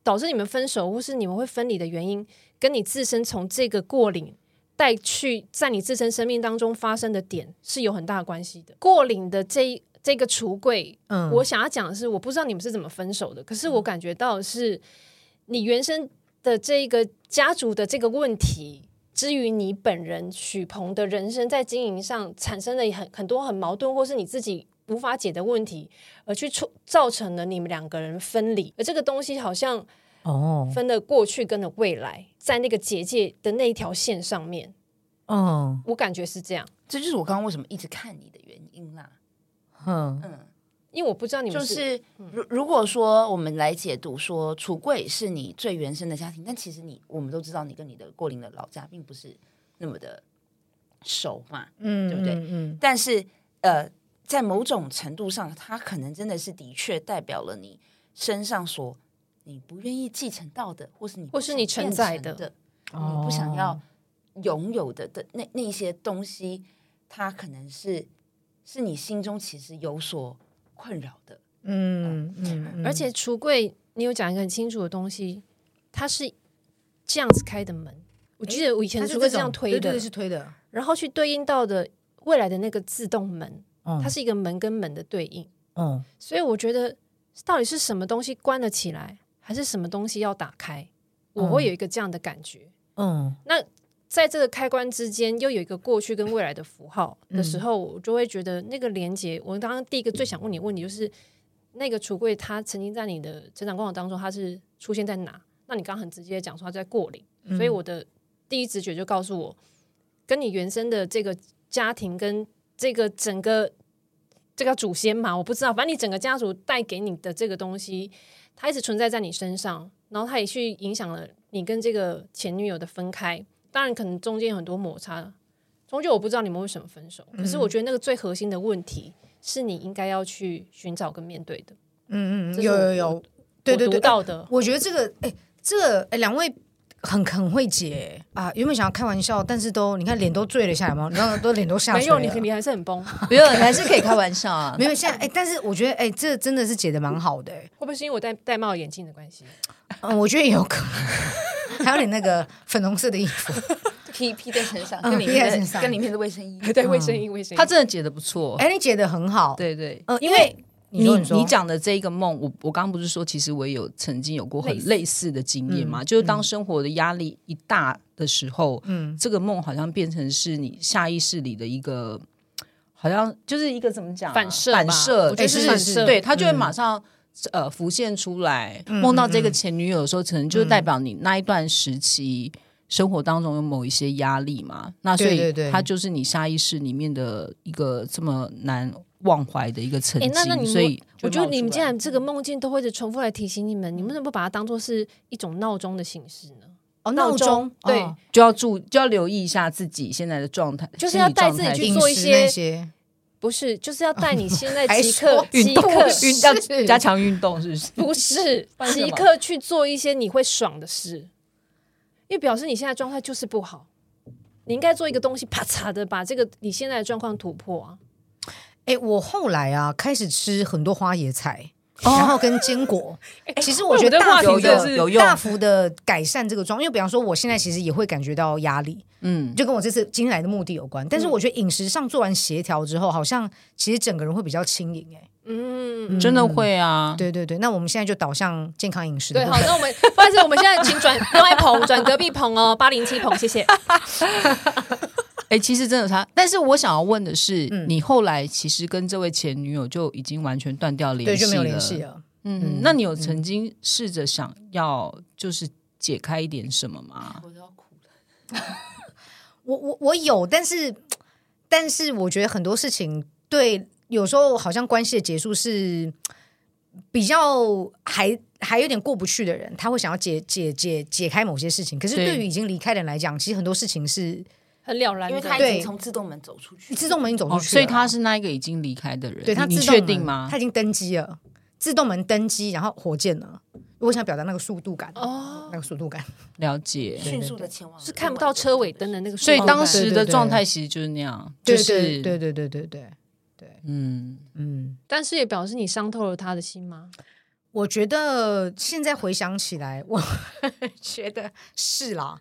Speaker 1: 导致你们分手或是你们会分离的原因，跟你自身从这个过岭。带去在你自身生命当中发生的点是有很大的关系的。过岭的这一这个橱柜
Speaker 3: 嗯，
Speaker 1: 我想要讲的是，我不知道你们是怎么分手的，可是我
Speaker 5: 嗯
Speaker 1: 感觉到的是你原生的这个家族的这个问题，至于你本人许鹏的人生在经营上产生了很很多很矛盾，或是你自己无法解的问题，而去促造成了你们两个人分离，而这个东西好像
Speaker 3: 哦
Speaker 1: 分了过去跟了未来，在那个结界的那一条线上面，
Speaker 3: 哦
Speaker 1: 我感觉是这样，
Speaker 5: 这就是我刚刚为什么一直看你的原因啦。
Speaker 3: 嗯
Speaker 5: 嗯，
Speaker 1: 因为我不知道你们、
Speaker 5: 就是
Speaker 1: 嗯
Speaker 5: 是如如果说我们来解读说橱柜是你最原生的家庭，但其实你我们都知道你跟你的过邻的老家并不是那么的熟嘛，
Speaker 3: 嗯，
Speaker 5: 对不对
Speaker 3: 嗯嗯
Speaker 5: 但是呃，在某种程度上，它可能真的是的确代表了你身上所你不愿意继承到的，或是你
Speaker 1: 或是你
Speaker 5: 承
Speaker 1: 承载
Speaker 5: 的，
Speaker 1: 的
Speaker 3: 哦
Speaker 5: 你不想要拥有的的那那些东西，它可能是是你心中其实有所困扰的。
Speaker 3: 嗯嗯，嗯
Speaker 1: 而且橱柜，你有讲一个很清楚的东西，它是这样子开的门。我记得我以前
Speaker 3: 它
Speaker 1: 的
Speaker 3: 是
Speaker 1: 橱柜
Speaker 3: 这
Speaker 1: 这样
Speaker 3: 种
Speaker 1: 推
Speaker 3: 对对
Speaker 1: 的
Speaker 3: 对，是推的，
Speaker 1: 然后去对应到的未来的那个自动门，
Speaker 3: 它
Speaker 1: 它是一个门跟门的对应。
Speaker 3: 哦
Speaker 1: 所以我觉得，到底是什么东西关了起来，还是什么东西要打开，我会有一个这样的感觉。
Speaker 3: 嗯
Speaker 1: 在这个开关之间又有一个过去跟未来的符号的时候，我就会觉得那个连接。我刚刚第一个最想问你的问题就是，那个橱柜它曾经在你的成长过程当中，它是出现在哪？那你刚刚很直接地讲说它在过岭，所以
Speaker 3: 嗯
Speaker 1: 我的第一直觉就告诉我，跟你原生的这个家庭跟这个整个这个祖先嘛，我不知道，反正你整个家族带给你的这个东西，它一直存在在你身上，然后它也去影响了你跟这个前女友的分开。当然可能中间有很多摩擦，终究我不知道你们为什么分手，可是
Speaker 3: 嗯
Speaker 1: 我觉得那个最核心的问题是你应该要去寻找跟面对的。
Speaker 3: 嗯嗯，
Speaker 1: 这
Speaker 3: 嗯，
Speaker 1: 是
Speaker 3: 有
Speaker 1: 我
Speaker 3: 有有，对对
Speaker 1: 我
Speaker 3: 对
Speaker 1: 读，到的，
Speaker 3: 我觉得这个，哎、这个哎两、位很很会解啊。原本想要开玩笑，但是都你看脸都醉了下来吗？ 然后都脸都下
Speaker 1: 没
Speaker 3: 水了。
Speaker 1: 有你，你还是很崩。
Speaker 4: 没
Speaker 1: 会
Speaker 4: 有，你还是可以开玩笑 啊
Speaker 3: 没。有现在哎、但是我觉得哎、这真的是解的蛮好的、哎
Speaker 1: 不会是因为我戴戴帽眼镜的关 系？
Speaker 3: 嗯，我觉得也有可能。 还有你那个粉红色的衣服，
Speaker 5: 披披在身上，
Speaker 3: 嗯
Speaker 5: 跟里
Speaker 3: 披在
Speaker 5: 面
Speaker 3: 身
Speaker 5: 的
Speaker 3: 上
Speaker 5: 跟里面的卫生衣。
Speaker 1: 对，卫生衣，卫生衣。
Speaker 2: 他真的解的不错。
Speaker 3: 哎、你解的很好。，
Speaker 2: 对对，
Speaker 3: 呃，
Speaker 2: 因
Speaker 3: 因
Speaker 2: 为
Speaker 3: 为
Speaker 2: 你
Speaker 3: 你说你说
Speaker 2: 讲的这一个梦，我我刚刚不是说，其实我也有曾经有过很
Speaker 1: 类似嗯
Speaker 2: 类似的经验嘛，就是当生活的压力一大的时候，
Speaker 3: 嗯
Speaker 2: 这个梦好像变成是你下意识里的一个，好像就是一个怎么讲啊、
Speaker 1: 反射吧
Speaker 2: 反射，
Speaker 1: 我觉得
Speaker 2: 就是
Speaker 1: 反射嗯
Speaker 2: 对，它就会马上。呃，浮现出来，梦到这个前女友的时候，可能
Speaker 1: 嗯
Speaker 2: 就代表你那一段时期生活当中有某一些压力嘛。那所
Speaker 3: 对
Speaker 2: 以
Speaker 3: 对对
Speaker 2: 它就是你下意识里面的一个这么难忘怀的一个曾
Speaker 1: 哎
Speaker 2: 经。
Speaker 1: 那那你
Speaker 2: 所以
Speaker 1: 我觉
Speaker 2: 就
Speaker 1: 得
Speaker 2: 冒
Speaker 1: 你们
Speaker 2: 出
Speaker 1: 既
Speaker 2: 来
Speaker 1: 然这个梦境都会一直重复来提醒你们，你们怎么不把它当做是一种闹钟的形式呢？
Speaker 3: 哦
Speaker 1: 闹钟对
Speaker 3: 哦
Speaker 2: 就要注就要留意一下自己现在的状态，
Speaker 1: 就是
Speaker 2: 心
Speaker 1: 要
Speaker 2: 理
Speaker 1: 带
Speaker 2: 状
Speaker 1: 自己
Speaker 2: 态
Speaker 1: 去
Speaker 3: 饮
Speaker 1: 做一
Speaker 3: 食
Speaker 1: 些
Speaker 3: 那些
Speaker 1: 不是，就是要带你现 在
Speaker 3: 还
Speaker 1: 即刻
Speaker 3: 说
Speaker 1: 即
Speaker 2: 运动嗯
Speaker 1: 刻
Speaker 2: 运要加强运动，是不是？
Speaker 1: 不 是
Speaker 2: 然是什么
Speaker 1: 即刻去做一些你会爽的事，因为表示你现在状态就是不好。你应该做一个东西，啪嚓的把这个你现在的状况突破啊！
Speaker 3: 哎、我后来啊开始吃很多花椰菜，然后跟坚 果。其实我觉得
Speaker 1: 哦哎我们的话
Speaker 3: 大
Speaker 1: 题
Speaker 3: 幅
Speaker 2: 真的
Speaker 3: 的
Speaker 2: 是有用
Speaker 3: 大幅的改善这个状，因为比方说我现在其实也会感觉到压力，
Speaker 2: 嗯，
Speaker 3: 就跟我这次今天来的目的有关。但是
Speaker 1: 嗯
Speaker 3: 我觉得饮食上做完协调之后，好像其实整个人会比较轻盈、哎，
Speaker 1: 嗯，
Speaker 2: 真的会啊。
Speaker 3: 对对对。那我们现在就导向健康饮食 的
Speaker 1: 对，
Speaker 3: 部
Speaker 1: 好，
Speaker 3: 分。
Speaker 1: 那我们不好意思，我们现在请转另外一棚，转隔壁棚哦，八零七棚，谢 谢。
Speaker 2: 哎，其实真的有差，但是我想要问的是，
Speaker 3: 嗯
Speaker 2: 你后来其实跟这位前女友就已经完全断掉联系了，
Speaker 3: 对，就没有联系。了。
Speaker 2: 嗯，那你有曾经试着想要就是解开一点什么吗？
Speaker 5: 我都要哭了。
Speaker 3: 我我我有，但是但是我觉得很多事情对，有时候好像关系的结束是比较还还有点过不去的人，他会想要解解解解开某些事情。可是
Speaker 2: 对
Speaker 3: 对于已经离开的人来讲，其实很多事情是
Speaker 1: 很了然的，
Speaker 5: 因为他已
Speaker 3: 对
Speaker 5: 经从自动门走出去，
Speaker 3: 自动门已经走出
Speaker 2: 哦，
Speaker 3: 去、
Speaker 2: 所以他。是那一个已经离开的人，
Speaker 3: 啊对他
Speaker 2: 你
Speaker 3: 自
Speaker 2: 你
Speaker 3: 动
Speaker 2: 确
Speaker 3: 门
Speaker 2: 定吗
Speaker 3: 他？已经登机了，自动门登机，然后火箭了。我想表达那个速度感，
Speaker 1: 哦
Speaker 3: 那个速度感。
Speaker 2: 了解。
Speaker 5: 迅速的前往，
Speaker 1: 是看不到车尾灯的那个速度
Speaker 2: 所
Speaker 1: 感，
Speaker 2: 以当
Speaker 3: 哦对
Speaker 2: 时
Speaker 3: 对
Speaker 2: 的
Speaker 3: 对
Speaker 2: 状态其实就是那样，
Speaker 3: 对
Speaker 2: 就是
Speaker 3: 对对对对对对，
Speaker 2: 嗯，
Speaker 3: 嗯，
Speaker 1: 但是也表示你伤透了他的心吗？
Speaker 3: 我觉得现在回想起来，我 觉得是啦。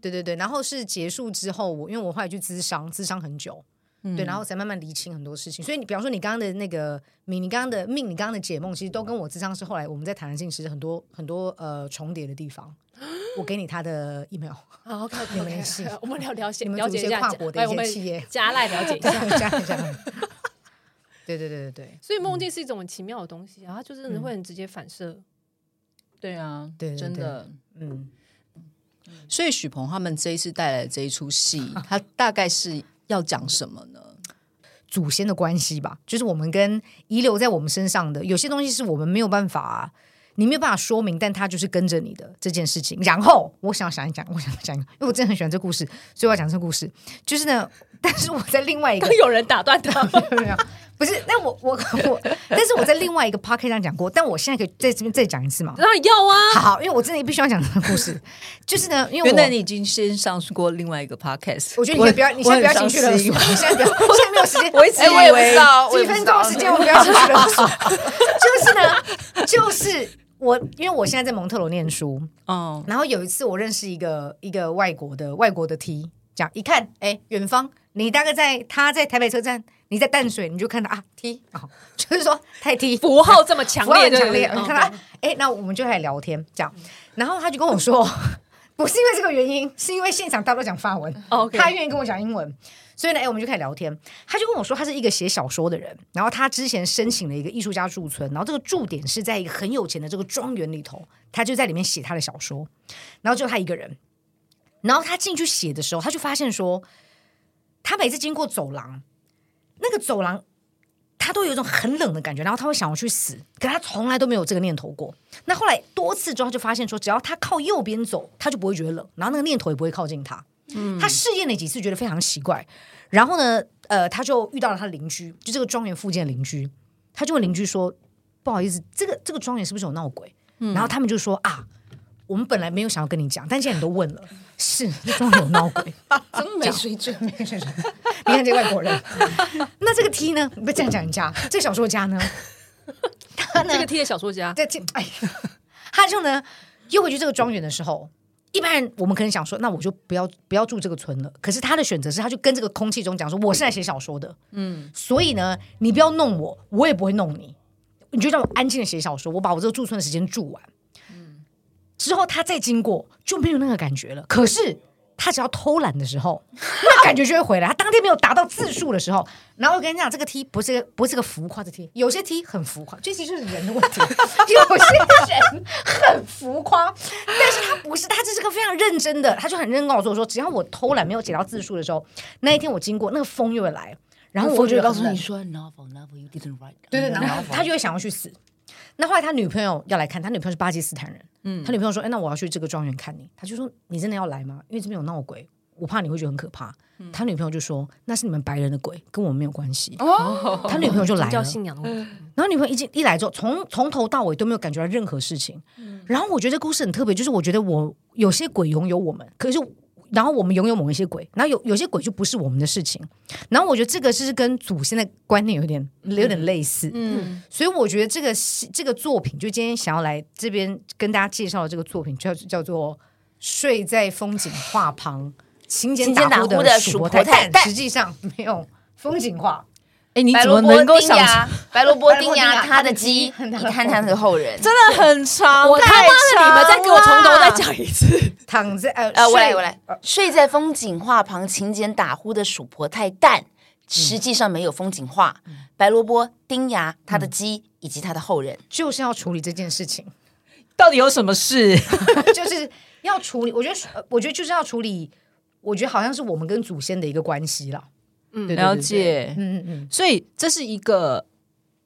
Speaker 3: 对对对，然后是结束之后，我因为我后来去咨商，咨商很久，对，然后才慢慢理清很多事情。所以你比方说你刚刚的那个命，你刚刚的命，你刚刚的解梦，其实都跟我咨商是后来我们在谈的事情，其实很多很多呃重叠的地方。我给你他的 email，
Speaker 1: 好，OK
Speaker 3: 你
Speaker 1: OK
Speaker 3: 们也是
Speaker 1: 啊 OK，我们了了解
Speaker 3: 你们
Speaker 1: 了解
Speaker 3: 组
Speaker 1: 一
Speaker 3: 一些
Speaker 1: 下，
Speaker 3: 跨国的
Speaker 1: 哎
Speaker 3: 一
Speaker 1: 我们
Speaker 3: 些企业，
Speaker 1: 加赖了解一
Speaker 3: 这
Speaker 1: 下。
Speaker 3: 样这样这样。 对对对对对
Speaker 1: 所以梦境是一种很奇妙的东西啊，它就真的会很直接反射。
Speaker 2: 对啊，
Speaker 3: 对对
Speaker 2: 真
Speaker 3: 对
Speaker 2: 的。
Speaker 3: 嗯，
Speaker 2: 所以许鹏他们这一次带来的这一出戏，他大概是要讲什么呢？
Speaker 3: 祖先的关系吧，就是我们跟遗留在我们身上的有些东西是我们没有办法，你没有办法说明，但它就是跟着你的这件事情。然后我想想一讲，我想讲一讲，因为我真的很喜欢这故事，所以我要讲这故事。就是呢， 但是我在另外一个
Speaker 1: 刚有人打断 他，
Speaker 3: 没有，不是，但我我我，但是我在另外一个 p o c k e t 上讲过，但我现在可以在这边再讲一次吗？
Speaker 1: 当然要啊，
Speaker 3: 好好，因为我真的必须要讲这个故事，就是呢，因为
Speaker 2: 原
Speaker 3: 我
Speaker 2: 来你已经先上过另外一个 podcast，
Speaker 3: 我觉得你先不要，你先不要情绪勒
Speaker 2: 了。
Speaker 3: 索，你现在不要，现在没有时间。
Speaker 2: 我一直
Speaker 3: 哎
Speaker 2: 以为
Speaker 3: 几分钟时间，我们不要情绪勒索。就是呢，就是我，因为我现在在蒙特罗念书，
Speaker 2: 哦，
Speaker 3: 然后有一次我认识一个一个外国的外国的 T，讲一看，哎，远方，你大概在他在台北车站，你在淡水，你就看到啊 T 哦， 就是说太 T
Speaker 1: 符号这么强
Speaker 3: 我
Speaker 1: 烈，
Speaker 3: 很
Speaker 1: 对不
Speaker 3: 强
Speaker 1: 对嗯
Speaker 3: 烈， 你看他，哎，那我们就开始聊天这样，然后他就跟我说， 不是因为这个原因，是因为现场大家都讲法文，
Speaker 1: 哦 OK
Speaker 3: 他愿意跟我讲英文，所以呢，哎，我们就开始聊天。他就跟我说，他是一个写小说的人，然后他之前申请了一个艺术家驻村，然后这个驻点是在一个很有钱的这个庄园里头，他就在里面写他的小说，然后就他一个人，然后他进去写的时候，他就发现说，他每次经过走廊，那个走廊。他都有一种很冷的感觉，然后他会想要去死，可他从来都没有这个念头过。那后来多次之后，他就发现说，只要他靠右边走，他就不会觉得冷，然后那个念头也不会靠近他。他试验了几次，觉得非常奇怪。然后呢，呃，他就遇到了他的邻居，就这个庄园附近的邻居，他就问邻居说：“不好意思，这个这个庄园是不是有闹鬼？”然后他们就说：“啊，我们本来没有想要跟你讲，但既然你都问了，是这庄园有闹鬼。”
Speaker 5: 真没水准，没水准。
Speaker 3: 你看这外国人，那这个 T 呢？不这样讲人家，这小说家呢？
Speaker 2: 这个 T 的小说家，
Speaker 3: 在这哎呀，他就呢又回去这个庄园的时候，一般人我们可能想说，那我就不要不要住这个村了。可是他的选择是，他就跟这个空气中讲说，我是来写小说的，嗯，所以呢，你不要弄我，我也不会弄你，你就让我安静的写小说，我把我这个驻村的时间住完。之后他再经过就没有那个感觉了。可是他只要偷懒的时候，那感觉就会回来。他当天没有达到字数的时候，然后我跟你讲，这个 T 不是不是个浮夸的 T，有些 T 很浮夸，这其实就是人的问题。 有些人很浮夸，但是他不是，他这是个非常认真的，他就很认真告诉我说，只要我偷懒没有解到字数的时候，那一天我经过那个风又会来，然后我
Speaker 5: 我
Speaker 3: 就
Speaker 5: 就告诉
Speaker 3: 很
Speaker 5: 你说，novel novel you didn't write。
Speaker 3: 对对，然后他就会想要去死。那后来他女朋友要来看，他女朋友是巴基斯坦人，嗯，他女朋友说：“哎，那我要去这个庄园看你。”他就说：“你真的要来吗？因为这边有闹鬼，我怕你会觉得很可怕。
Speaker 5: 嗯
Speaker 3: 他女朋友就说：“那是你们白人的鬼，跟我们没有关系。”哦，他女朋友就来
Speaker 1: 宗教
Speaker 3: 了。
Speaker 1: 信仰的问题。
Speaker 3: 然后女朋友一进一来之后，从从头到尾都没有感觉到任何事情。
Speaker 5: 嗯
Speaker 3: 然后我觉得这故事很特别，就是我觉得我有些鬼拥有我们，可是然后我们拥有某一些鬼，然后有有些鬼就不是我们的事情。然后我觉得这个是跟祖先的观念有点有点类似，嗯，所以我觉得这个是这个作品，就今天想要来这边跟大家介绍的这个作品，叫叫做《睡在风景画旁》，勤俭
Speaker 5: 勤俭打
Speaker 3: 呼
Speaker 5: 呼的
Speaker 3: 蜀
Speaker 5: 蜀
Speaker 3: 婆
Speaker 5: 婆
Speaker 3: 太
Speaker 5: 太
Speaker 3: 但
Speaker 5: 太
Speaker 3: 实际上没有风景画。
Speaker 2: 哎，你
Speaker 5: 白
Speaker 2: 怎
Speaker 5: 萝
Speaker 2: 么
Speaker 5: 卜
Speaker 2: 能够
Speaker 5: 丁
Speaker 2: 想
Speaker 5: 牙， 白萝卜丁
Speaker 3: 白萝卜丁
Speaker 5: 牙，
Speaker 3: 牙
Speaker 5: 他的鸡，
Speaker 3: 他的
Speaker 5: 你
Speaker 3: 鸡
Speaker 5: 看他的后人。
Speaker 2: 真的很长，
Speaker 5: 我他
Speaker 2: 太
Speaker 5: 妈的，你们再给我从头再
Speaker 2: 长了。
Speaker 5: 讲一次。
Speaker 3: 躺在呃
Speaker 5: 呃，我来，
Speaker 3: 睡
Speaker 5: 我来。睡在风景画旁，勤俭打呼的蜀婆太淡，实际上没有风景画。白萝卜、丁牙、他的鸡以及他的后人，
Speaker 3: 就是要处理这件事情，
Speaker 2: 到底有什么事？
Speaker 3: 就是要处理。我觉得，呃我觉得就是要处理。我觉得好像是我们跟祖先的一个关系了。嗯，对对对
Speaker 2: 了。解，
Speaker 3: 嗯嗯嗯，
Speaker 2: 所以这是一个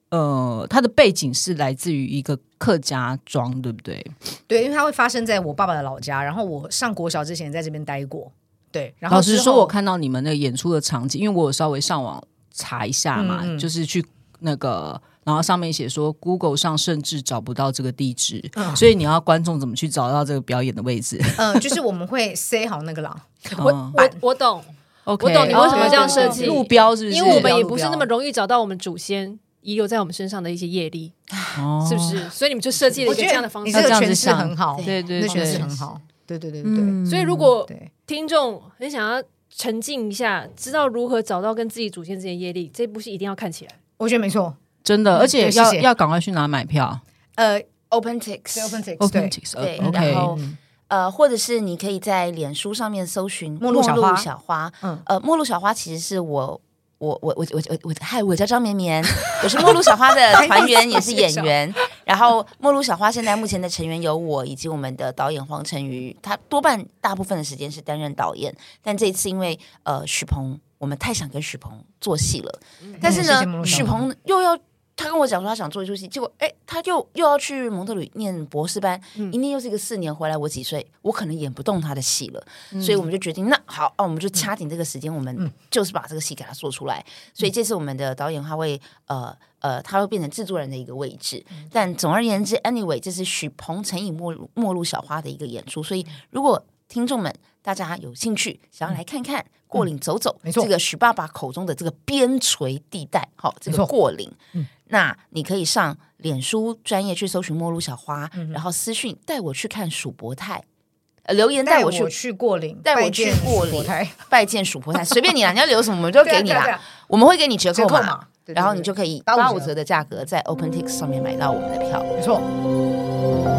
Speaker 2: 呃，它的背景是来自于一个客家庄，对不对？
Speaker 3: 对，因为它会发生在我爸爸的老家，然后我上国小之前在这边待过。对，然后
Speaker 2: 老实
Speaker 3: 之后
Speaker 2: 说，我看到你们那个演出的场景，因为我有稍微上网查一下嘛，
Speaker 3: 嗯嗯
Speaker 2: 就是去那个。然后上面写说，Google 上甚至找不到这个地址，
Speaker 3: 嗯
Speaker 2: 所以你要观众怎么去找到这个表演的位置？
Speaker 3: 嗯、就是我们会 say 好那个啦，
Speaker 2: 嗯
Speaker 3: 哦
Speaker 1: 我我懂，
Speaker 2: OK，
Speaker 1: 我懂你为
Speaker 2: 哦
Speaker 1: 什么这样设计
Speaker 2: 路标是不是？
Speaker 1: 因为我们
Speaker 3: 标
Speaker 1: 也
Speaker 3: 路
Speaker 1: 不是
Speaker 3: 标
Speaker 1: 那么容易找到我们祖先遗留在我们身上的一些业力，
Speaker 2: 哦
Speaker 1: 是不？是？所以你们就设计了
Speaker 3: 我
Speaker 1: 一个
Speaker 3: 觉
Speaker 1: 这样的
Speaker 3: 得
Speaker 1: 方
Speaker 3: 你
Speaker 1: 式
Speaker 2: 要
Speaker 3: 这个
Speaker 2: 哦这。样
Speaker 3: 诠
Speaker 2: 子
Speaker 3: 释
Speaker 2: 想
Speaker 3: 很好，
Speaker 2: 对对
Speaker 3: 那诠
Speaker 2: 对嗯
Speaker 3: 释，很好。对对对对对、
Speaker 1: 所以如果
Speaker 3: 嗯对，
Speaker 1: 听众很想要沉浸一下，知道如何找到跟自己祖先之间的业力，这部戏一定要看起来。
Speaker 3: 我觉得没错。
Speaker 2: 真
Speaker 1: 嗯
Speaker 2: 的，而且
Speaker 3: 对
Speaker 2: 要
Speaker 3: 谢谢
Speaker 2: 要赶快去拿买票。
Speaker 3: 呃
Speaker 5: Open Tix，
Speaker 3: ，open text，
Speaker 2: Open
Speaker 3: 对嗯
Speaker 2: Tix，
Speaker 5: 对，
Speaker 2: OK，
Speaker 5: 然后呃，或者是你可以在脸书上面搜寻
Speaker 3: 陌路小花
Speaker 5: 小花
Speaker 3: 嗯
Speaker 5: 呃，陌路小花其实是我。我我我我我我嗨！我叫张绵绵，我是陌路小花 的团员，也是演员。然后陌路小花现在目前的成员有我以及我们的导演黄晨瑜，他多半大部分的时间是担任导演，但这一次因为呃许鹏，我们太想跟许鹏做戏了，但是
Speaker 3: 谢谢陌
Speaker 5: 呢，
Speaker 3: 路小
Speaker 5: 许
Speaker 3: 花
Speaker 5: 鹏又要他跟我讲说他想做一出戏，结果哎，他又又要去蒙特鲁念博士班，一念又是一个四年，回来我几岁，我可能演不动他的戏了，所以我们就决定，那好啊，我们就掐紧这个时间，我们就是把这个戏给他做出来。所
Speaker 3: 嗯
Speaker 5: 以这次我们的导演他会呃呃，他会变成制作人的一个位置。
Speaker 3: 嗯
Speaker 5: 但总而言之，anyway，这是许鹏、陈以陌路陌路小花的一个演出，所以
Speaker 3: 嗯
Speaker 5: 如果听众们大家有兴趣，想要来看看。过岭走走，
Speaker 3: 嗯没错
Speaker 5: 这个许爸爸口中的这个边陲地带，好、这
Speaker 3: 没
Speaker 5: 个
Speaker 3: 错嗯
Speaker 5: 过岭，那你可以上脸书专业去搜寻“陌路小花”，然后私讯带我去看蜀伯泰，呃留言带
Speaker 3: 嗯带
Speaker 5: 我
Speaker 3: 我
Speaker 5: 去
Speaker 3: 去过岭，
Speaker 5: 带我
Speaker 3: 拜
Speaker 5: 去
Speaker 3: 见
Speaker 5: 过
Speaker 3: 佛
Speaker 5: 岭
Speaker 3: 台
Speaker 5: 拜见蜀 伯泰，随便你啦，你要留什么我们都
Speaker 3: 对啊
Speaker 5: 给你
Speaker 3: 对啊对
Speaker 5: 啦
Speaker 3: 啊，
Speaker 5: 我们会给你折扣
Speaker 3: 折扣
Speaker 5: 码
Speaker 3: 码对对，对
Speaker 5: 然后你就可以
Speaker 3: 打五折
Speaker 5: 八五折的价格在 OpenTix 上面买到我们的票。
Speaker 3: 没错。